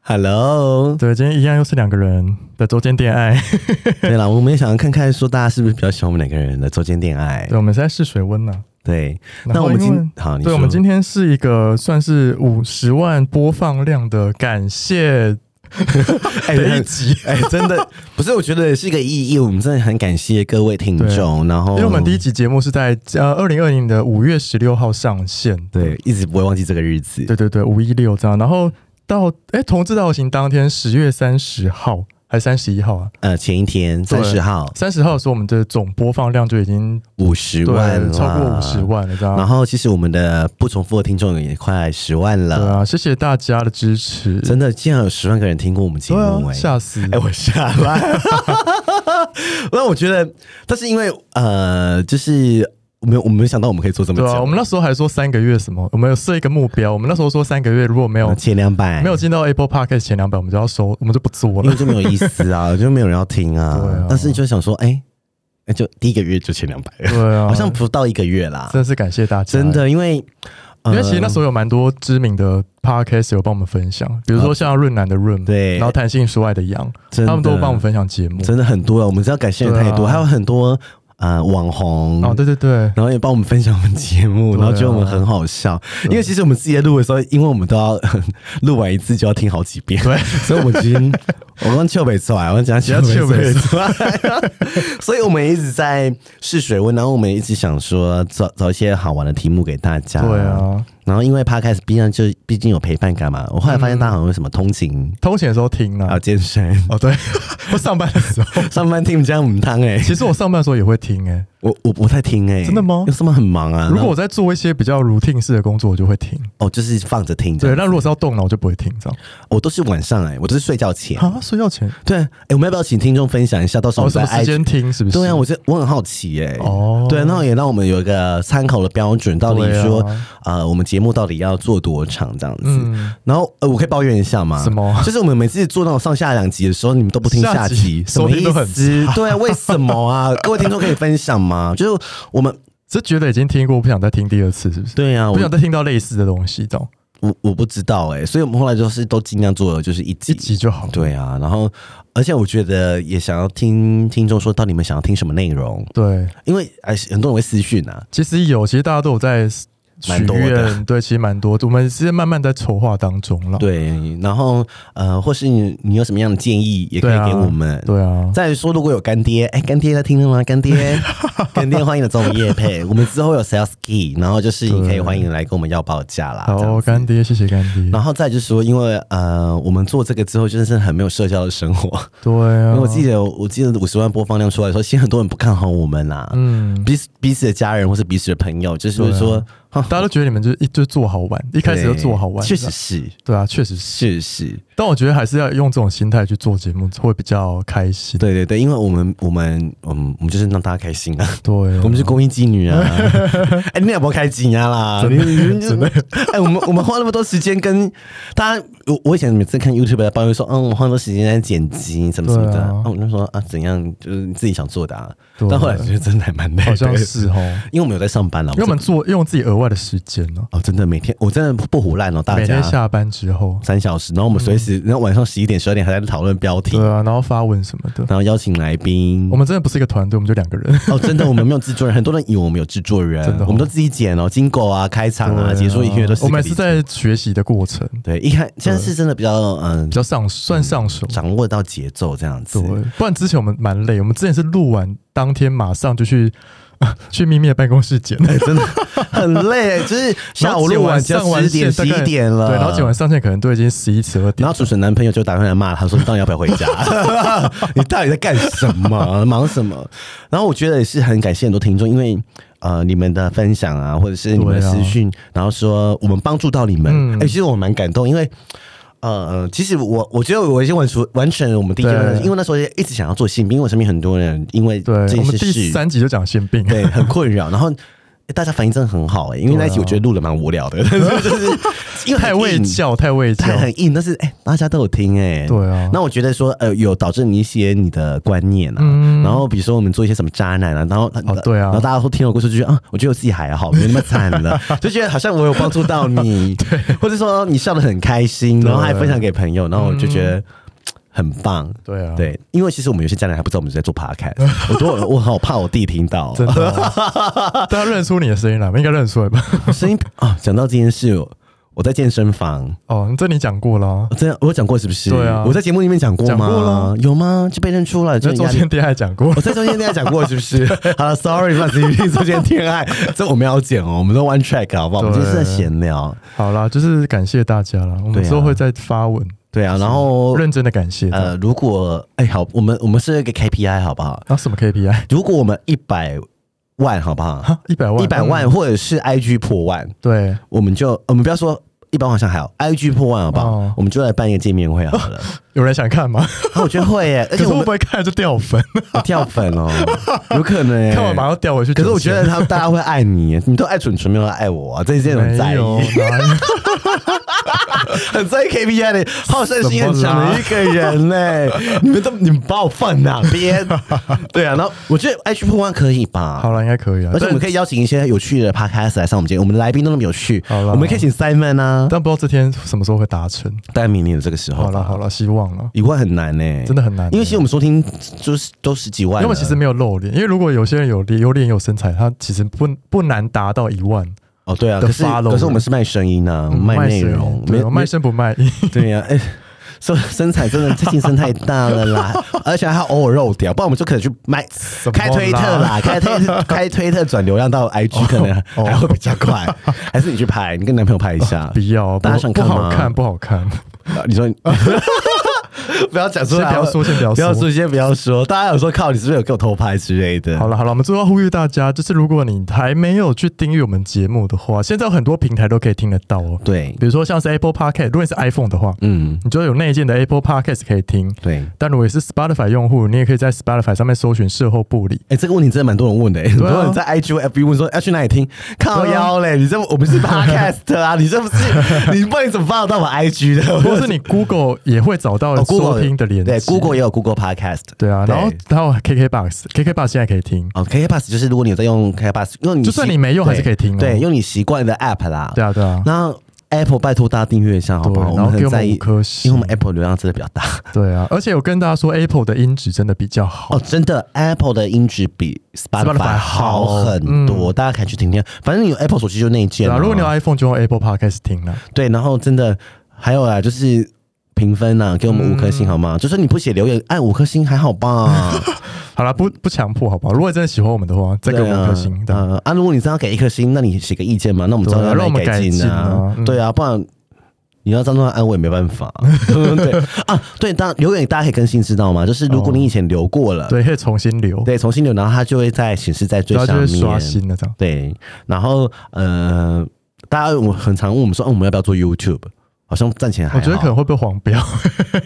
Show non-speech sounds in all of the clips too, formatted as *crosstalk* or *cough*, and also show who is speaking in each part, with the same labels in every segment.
Speaker 1: Hello，
Speaker 2: 对，今天一样又是两个人的周间恋 *laughs* 爱。
Speaker 1: 对了，我们也想要看看说大家是不是比较喜欢我们两个人的周间恋爱
Speaker 2: 对，。我们现在试水温呢、
Speaker 1: 对，
Speaker 2: 然
Speaker 1: 那
Speaker 2: 后
Speaker 1: 我们
Speaker 2: 因为
Speaker 1: 今好，你
Speaker 2: 对，
Speaker 1: 说
Speaker 2: 我们今天是一个算是五十万播放量的感谢
Speaker 1: 哎
Speaker 2: 的一
Speaker 1: 很
Speaker 2: 集，
Speaker 1: *laughs* 哎，真的不是，我觉得是一个意义。我们真的很感谢各位听众，然后
Speaker 2: 因为我们第一集节目是在呃二零二零的五月十六号上线。
Speaker 1: 对一直不会忘记这个日子。
Speaker 2: 对对对，五一六这样，然后到哎同志道行当天十月三十号还三十一号啊，
Speaker 1: 呃，前一天
Speaker 2: 对
Speaker 1: 三十号
Speaker 2: 三十号的时候我们的总播放量就已经
Speaker 1: 五十
Speaker 2: 对
Speaker 1: 万了
Speaker 2: 超过五十。万了，这
Speaker 1: 然
Speaker 2: 样。
Speaker 1: 后其实我们的不重复的听众也快十万
Speaker 2: 对
Speaker 1: 了，
Speaker 2: 啊，谢谢大家的支持，
Speaker 1: 真的竟然有十万个人听过我们节
Speaker 2: 对
Speaker 1: 目
Speaker 2: 啊，
Speaker 1: 哎、
Speaker 2: 吓死！
Speaker 1: 哎、我下班。 *laughs* 那我觉得，但是因为呃，就是我没有我没有想到我们可以做这么
Speaker 2: 对
Speaker 1: 久，
Speaker 2: 啊，我们那时候还说三个月什么，我们有设一个目标，我们那时候说三个月如果没有
Speaker 1: 前两百
Speaker 2: 没有，进到 Apple Podcast 前两百，我们就要收，我们就不做
Speaker 1: *laughs* 因为
Speaker 2: 了。
Speaker 1: 就没有意思
Speaker 2: *laughs*
Speaker 1: 啊，就没有人要听啊。
Speaker 2: 对啊
Speaker 1: 但是就想说，哎、那就第一个月就前两百，
Speaker 2: 对啊，
Speaker 1: 好像不到一个月啦，
Speaker 2: 真的是感谢大家，
Speaker 1: 真。的，因为。
Speaker 2: 因
Speaker 1: 呃
Speaker 2: 为其实那时候有蛮多知名的 podcast 有帮我们分享，比如说像润南的润，
Speaker 1: 啊对
Speaker 2: 然后谈性说爱的杨，
Speaker 1: 真的
Speaker 2: 他们都帮我们分享节目。
Speaker 1: 真的很多了，我们真的要感谢的太
Speaker 2: 对
Speaker 1: 多，
Speaker 2: 啊
Speaker 1: 还有很多呃网红
Speaker 2: 哦，对对对，
Speaker 1: 然后也帮我们分享我们节目，
Speaker 2: 对啊
Speaker 1: 然后觉得我们很好笑。因为其实我们自己在录的时候，因为我们都要录完一次就要听好几遍，对， *laughs* 所以我们今天我刚笑北出来，我讲笑北出来，所以我们一直在试水温，然后我们一直想说找找一些好玩的题目给大家，
Speaker 2: 对。啊，
Speaker 1: 然后因为 podcast 毕竟就毕竟有陪伴感嘛，我后来发现大家好像有什么通勤
Speaker 2: 通勤的时候听
Speaker 1: 啊、
Speaker 2: 啊，
Speaker 1: 健身、
Speaker 2: 哦对，我上班的时候，
Speaker 1: *laughs* 上班听我们家母汤哎，
Speaker 2: *laughs* 其实我上班的时候也会听诶。
Speaker 1: 我我不太听哎、
Speaker 2: 真的吗
Speaker 1: 有什么很忙啊？
Speaker 2: 如
Speaker 1: 然
Speaker 2: 果
Speaker 1: 后
Speaker 2: 我在做一些比较 routine 式的工作，我就会听。
Speaker 1: 哦，就是放着听这
Speaker 2: 对，
Speaker 1: 样
Speaker 2: 那如果是要动脑，我就不会听这样。
Speaker 1: 我都是晚上哎、我都是睡觉前。
Speaker 2: 啊，睡觉前
Speaker 1: 对，哎、我们要不要请听众分享一下？到时
Speaker 2: 哦，
Speaker 1: 候我们
Speaker 2: 什么
Speaker 1: 在 IG、
Speaker 2: 时间听是不是？
Speaker 1: 对啊，我这我很好奇哎、
Speaker 2: 哦
Speaker 1: 对，那也让我们有一个参考的标准，到底
Speaker 2: 对啊
Speaker 1: 说、呃，我们节目到底要做多长这样子。
Speaker 2: 嗯
Speaker 1: 然后呃，我可以抱怨一下吗？
Speaker 2: 什么
Speaker 1: 就是我们每次做那种上下两集的时候，你们都不听
Speaker 2: 下
Speaker 1: 下
Speaker 2: 集
Speaker 1: 集，什么
Speaker 2: 收听都很
Speaker 1: 意思？对，为什么
Speaker 2: *laughs*
Speaker 1: 啊？各位听众可以分享吗？就是我们
Speaker 2: 是觉得已经听过，不想再听第二次，是不是？
Speaker 1: 对啊，
Speaker 2: 不想
Speaker 1: 我
Speaker 2: 再听到类似的东西，这样
Speaker 1: 我我不知道哎、所以我们后来就是都尽量做的就是一集
Speaker 2: 一集就好了。
Speaker 1: 对啊，然后而且我觉得也想要听听众说到底你们想要听什么内容，
Speaker 2: 对，
Speaker 1: 因为哎很多人会私讯啊，
Speaker 2: 其实有，其实大家都有在许
Speaker 1: 蛮多的
Speaker 2: 愿，对，其实蛮多，我们是慢慢在筹划当中了。
Speaker 1: 对，然后呃或是你你有什么样的建议也可
Speaker 2: 对啊
Speaker 1: 以给我们。
Speaker 2: 对啊，
Speaker 1: 再说，如果有干爹，哎、干爹在听了吗？
Speaker 2: *laughs*
Speaker 1: 干爹，干爹欢迎来找我们叶配。我们之后有 sales key，然后就是你可以欢迎来跟我们要报价啦。这
Speaker 2: 好，
Speaker 1: 样子
Speaker 2: 干爹，谢谢干爹
Speaker 1: 然。后再就是说，因为呃，我们做这个之后，就是很没有社交的生活。
Speaker 2: 对
Speaker 1: 因
Speaker 2: 啊
Speaker 1: 为，我记得，我记得五十万播放量出来的时候，其实很多人不看好我们啦。
Speaker 2: 嗯，
Speaker 1: 彼此彼此的家人或是彼此的朋友，就是会说，哼
Speaker 2: 啊大家都觉得你们就是一就做好玩，一开始就做好玩，
Speaker 1: 确实是，
Speaker 2: 对啊，确实是。
Speaker 1: 确实，
Speaker 2: 但我觉得还是要用这种心态去做节目，会比较开心。
Speaker 1: 对对对，因为我们我们我们我们就是让大家开心啊。
Speaker 2: 对啊，
Speaker 1: 我们是公益
Speaker 2: *laughs*
Speaker 1: 妓女啊！哎、你也不要开金啊啦！你你真的哎、我们我们花那么多时间跟大家，我我以前每次看 YouTube 的抱怨说，嗯，我花很多时间在剪辑什么什么的，
Speaker 2: 对啊
Speaker 1: 啊、我就说啊，怎样就是你自己想做的啊。
Speaker 2: 对
Speaker 1: 但后来觉得真的还蛮累的，
Speaker 2: 好像是哦，
Speaker 1: 因为我们有在上班了，
Speaker 2: 因为我们做用自己额外的时间呢，
Speaker 1: 哦，真的每天我真的不胡乱哦，大
Speaker 2: 每天
Speaker 1: 家
Speaker 2: 下班之后，
Speaker 1: 三小时，然后我们随时，然后晚上十一点、十二点还在讨论标题
Speaker 2: 嗯对，啊，然后发文什么的。
Speaker 1: 然后邀请来
Speaker 2: *laughs*
Speaker 1: 宾
Speaker 2: 我。们真的不是一个团队，我们就两个人。
Speaker 1: 哦，真的，我们没有制作人，很多人以为我们有制作人
Speaker 2: 真的哦，
Speaker 1: 我们都自己剪哦，金狗啊、开场啊、结束音乐都是
Speaker 2: 我们
Speaker 1: 自
Speaker 2: 是
Speaker 1: 己
Speaker 2: 在学习的过程，
Speaker 1: 对，一开现在是真的比较嗯
Speaker 2: 比，较上算上手。
Speaker 1: 掌握到节奏这样子
Speaker 2: 对。，不然之前我们蛮累，我们之前是录完当天马上就去 *laughs* 去秘密的办公室剪，
Speaker 1: 哎， *laughs* 真的很累，就是下午录完就
Speaker 2: *laughs* 然后剪完上完
Speaker 1: 十点、
Speaker 2: 线大
Speaker 1: 十
Speaker 2: 概
Speaker 1: 一点了，
Speaker 2: 对，然后剪完上线可能都已经十一十二点
Speaker 1: 然，后主持人男朋友就打电话来骂他，说：“你到底要不要回
Speaker 2: *laughs*
Speaker 1: 家？你到底在干什么？忙什么？”然后我觉得也是很感谢很多听众，因为呃，你们的分享啊，或者是你们的
Speaker 2: 对啊
Speaker 1: 私讯，然后说我们帮助到你们。哎、
Speaker 2: 嗯
Speaker 1: 其实我蛮感动，因为呃，其实我我觉得我已经完全完成了我们第一阶段，
Speaker 2: 对
Speaker 1: 因为那时候一直想要做性病，因为我身边很多人因为
Speaker 2: 对
Speaker 1: 这，
Speaker 2: 我
Speaker 1: 件
Speaker 2: 们
Speaker 1: 事
Speaker 2: 第
Speaker 1: 情
Speaker 2: 三集就讲性病，
Speaker 1: 对很困扰，然后。诶大家反应真的很好哎、因为那一集我觉得录的蛮无聊的， *laughs* 但是就是因为
Speaker 2: *laughs*
Speaker 1: 很
Speaker 2: 太畏
Speaker 1: 硬
Speaker 2: 教，太畏教，
Speaker 1: 太很硬，但是哎、大家都有听哎、
Speaker 2: 对啊
Speaker 1: 那我觉得说呃，有导致你一些你的观念啊，
Speaker 2: 嗯
Speaker 1: 然后比如说我们做一些什么渣男啊，然后、
Speaker 2: 哦对啊
Speaker 1: 然后大家都听我故事就觉得啊，我觉得我自己还好，没有那么惨了，就觉得好像我有帮助到
Speaker 2: *laughs*
Speaker 1: 你，对，或者说你笑得很开心，然后还分享给朋友，然后我就觉得。嘖很棒，
Speaker 2: 嗯对啊
Speaker 1: 对，因为其实我们有些家长还不知道我们
Speaker 2: *laughs*
Speaker 1: 在做 podcast，我都我好怕我弟听到，
Speaker 2: 真
Speaker 1: *laughs*
Speaker 2: 的啊，大家认出你的声音了，应该认出来吧？
Speaker 1: 声音啊。讲到这件事，我在健身房，
Speaker 2: 哦，这你讲过了啊，
Speaker 1: 真的，我有讲过是不是？
Speaker 2: 对啊
Speaker 1: 我在节目里面讲过
Speaker 2: 讲
Speaker 1: 吗？
Speaker 2: 过了
Speaker 1: 有吗？就被认出了，
Speaker 2: 在
Speaker 1: 就
Speaker 2: 中
Speaker 1: 压力哦
Speaker 2: 间。爹还讲过
Speaker 1: 我，在中间恋爱讲过是
Speaker 2: *laughs*
Speaker 1: 不是？好了，sorry，乱子一中间恋爱，这我们要剪哦，我们都 one track 好不好？我
Speaker 2: 对
Speaker 1: 们就是在闲聊，
Speaker 2: 好啦，就是感谢大家啦，我们
Speaker 1: 对啊
Speaker 2: 之后会再发文，
Speaker 1: 对啊。然后
Speaker 2: 认真的感谢。
Speaker 1: 呃，如果哎好，我们我们是一个 KPI 好不好？
Speaker 2: 那啊什么 KPI
Speaker 1: 如果我们一百万好不好？
Speaker 2: 啊？一百万，
Speaker 1: 一百万
Speaker 2: 嗯
Speaker 1: 或者是 IG 破万，
Speaker 2: 对，
Speaker 1: 我们就我们不要说一百万好像还好，IG 破万好不好
Speaker 2: 哦？
Speaker 1: 我们就来办一个见面会
Speaker 2: *laughs*
Speaker 1: 好了。
Speaker 2: 有人想看吗？
Speaker 1: 啊，我觉得会耶，而
Speaker 2: 可
Speaker 1: 且
Speaker 2: 是
Speaker 1: 我
Speaker 2: 会不会
Speaker 1: 们
Speaker 2: 看了就掉粉？
Speaker 1: *laughs* 掉粉
Speaker 2: *laughs*
Speaker 1: 哦，有可能耶。
Speaker 2: 看完马上掉回去9000。
Speaker 1: 哎可是我觉得他大家会爱你，你都爱蠢蠢，没有人爱我啊，这一件很
Speaker 2: 没
Speaker 1: 在意，
Speaker 2: 有，哪有
Speaker 1: *laughs* 很在意 KPI 的，好胜心很强的一个人嘞、你们都你们把我放哪边？对啊，然后我觉得 H 破万可以吧。
Speaker 2: *laughs* 好了，应该可以啊。
Speaker 1: 而且我们可以邀请一些有趣的 podcast 啊来上我们节目，我们的来宾都那么有趣，
Speaker 2: 好啦
Speaker 1: 我们可以请 Simon 啊
Speaker 2: 但，但不知道这天什么时候会达成。
Speaker 1: 大概明年的这个时候。
Speaker 2: 好了好，了，希望了。
Speaker 1: 一万很难呢、
Speaker 2: 真的很难欸
Speaker 1: 因为其实我们收听就是都十几万了，
Speaker 2: 因为其实没有露脸，因为如果有些人有脸有脸有身材，他其实不不难达到一万。
Speaker 1: 哦对啊，
Speaker 2: 的
Speaker 1: 可是
Speaker 2: follower
Speaker 1: 可是我们是卖声音啊，我们卖内
Speaker 2: 身
Speaker 1: 容，
Speaker 2: 对，我卖身不卖艺。
Speaker 1: 对呀、哎、说 *laughs* 身材真的竞争太大了
Speaker 2: *laughs*
Speaker 1: 啦，而且还要偶尔漏掉，不然我们就可能去卖
Speaker 2: 么啦
Speaker 1: 开推特啦，
Speaker 2: *laughs*
Speaker 1: 开推特开推特转流量到 IG 可能
Speaker 2: 哦
Speaker 1: 还会比较快，
Speaker 2: *laughs*
Speaker 1: 还是你去拍，你跟男朋友拍一下，
Speaker 2: *laughs* 不要，
Speaker 1: 大家想
Speaker 2: 不
Speaker 1: 看吗
Speaker 2: 好看，不好看。
Speaker 1: 呃
Speaker 2: *laughs*
Speaker 1: 你说。不要讲出来，
Speaker 2: 先不要说先不要说
Speaker 1: 不要说，先不要说。大家有说靠，你是不是有给我偷拍之类的？
Speaker 2: 好了好了，我们最后呼吁大家，就是如果你还没有去订阅我们节目的话，现在有很多平台都可以听得到哦。
Speaker 1: 对
Speaker 2: 比如说像是 Apple Podcast，如果你是 iPhone 的话，
Speaker 1: 嗯，
Speaker 2: 你就有内建的 Apple Podcast 可以听。
Speaker 1: 对。
Speaker 2: 但如果你是 Spotify 用户，你也可以在 Spotify 上面搜寻“事后不理
Speaker 1: 哎、这个问题真的蛮多人问的、欸，很
Speaker 2: 啊
Speaker 1: 多人在 IG 或 FB 问说要去哪里听，靠腰嘞！你这我们是 Podcast 啊，你这
Speaker 2: *laughs*
Speaker 1: 不是你不然你怎么放得到我 IG ”，的？
Speaker 2: 或是你 Google 也会找到
Speaker 1: 啊哦
Speaker 2: 收听的连接。
Speaker 1: 对，Google 也有 Google Podcast，
Speaker 2: 对啊，然后
Speaker 1: 对
Speaker 2: 还有 KKBox，KKBox 现在可以听。
Speaker 1: 哦，KK Bus 就是如果你有在用 KK Bus，用你习
Speaker 2: 就算你没用还是可以听哦
Speaker 1: 对，用你习惯的 App 啦。
Speaker 2: 对啊对啊
Speaker 1: 那 Apple 拜托大家订阅一下好不好？
Speaker 2: 对然后
Speaker 1: 们
Speaker 2: 给
Speaker 1: 很
Speaker 2: 我们
Speaker 1: 在意
Speaker 2: 五颗星
Speaker 1: 因为我们 Apple 流量真的比较大
Speaker 2: 对啊，而且我跟大家说，Apple 的音质真的比较好。
Speaker 1: 哦，真的 Apple 的音质比 Spotify
Speaker 2: Spotify
Speaker 1: 好
Speaker 2: 好嗯
Speaker 1: 很多，大家可以去听听。反正你有 Apple 手机就内建
Speaker 2: 对
Speaker 1: 啊，
Speaker 2: 啊，如果你有 iPhone 就用 Apple Podcast 听了。
Speaker 1: 对，然后真的还有啊，就是评分呐、给我们五颗星好
Speaker 2: 嗯
Speaker 1: 吗？就算你不写留言，按五颗星还好吧？
Speaker 2: 好啦，不不强迫好不好？如果真的喜欢我们的话， *laughs* 再给我
Speaker 1: 对
Speaker 2: 们
Speaker 1: 啊
Speaker 2: 五颗星。对啊
Speaker 1: 呃，啊，如果你真的要给一颗星，那你写个意见嘛，那我们知道
Speaker 2: 对啊
Speaker 1: 要
Speaker 2: 让我们
Speaker 1: 改
Speaker 2: 改进
Speaker 1: 啊
Speaker 2: 啊。嗯
Speaker 1: 对啊，不然。你要这样按我也没办
Speaker 2: *laughs*
Speaker 1: 法，对啊，对，当留言大家可以更新知道吗？就是如果你以前留过了，
Speaker 2: 对，可以重新留，
Speaker 1: 嗯对，重新留，然后它就会在显示在最
Speaker 2: 然后就
Speaker 1: 上
Speaker 2: 会
Speaker 1: 面，
Speaker 2: 刷新了这样。
Speaker 1: 对，然后呃，大家我很常问我们说，嗯、我们要不要做 YouTube？好像赚钱还
Speaker 2: 我
Speaker 1: 好，
Speaker 2: 觉得可能会被黄标，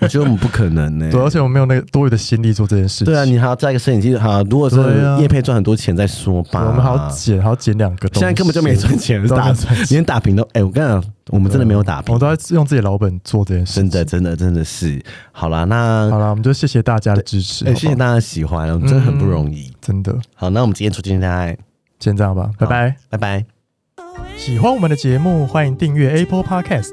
Speaker 1: 我觉得我们不可能呢、
Speaker 2: 对，啊而且我没有那个多余的心力做这件事情。
Speaker 1: 对啊，你还要加一个摄影机，好，如果是
Speaker 2: 对啊
Speaker 1: 叶配赚很多钱再说
Speaker 2: 对
Speaker 1: 吧。
Speaker 2: 我们还要剪，还要剪两个东西，
Speaker 1: 现在根本就没赚钱，
Speaker 2: 对
Speaker 1: 打
Speaker 2: 没赚钱
Speaker 1: 连打平都，哎、我跟你讲，我们真的没有打
Speaker 2: *laughs* 我
Speaker 1: 平
Speaker 2: 们，都在用自己老本做这件事
Speaker 1: 真
Speaker 2: 情。
Speaker 1: 的，真的，真的是。好啦，那
Speaker 2: 好啦，我们就谢谢大家的支持，
Speaker 1: 哎
Speaker 2: 好不好嗯
Speaker 1: 谢谢大家的喜欢，我们真的很不容易。
Speaker 2: 真的，
Speaker 1: 好，那我们今天出境恋爱，
Speaker 2: 先这样吧，拜拜。
Speaker 1: 拜拜。
Speaker 2: 喜欢我们的节目，欢迎订阅 Apple Podcast，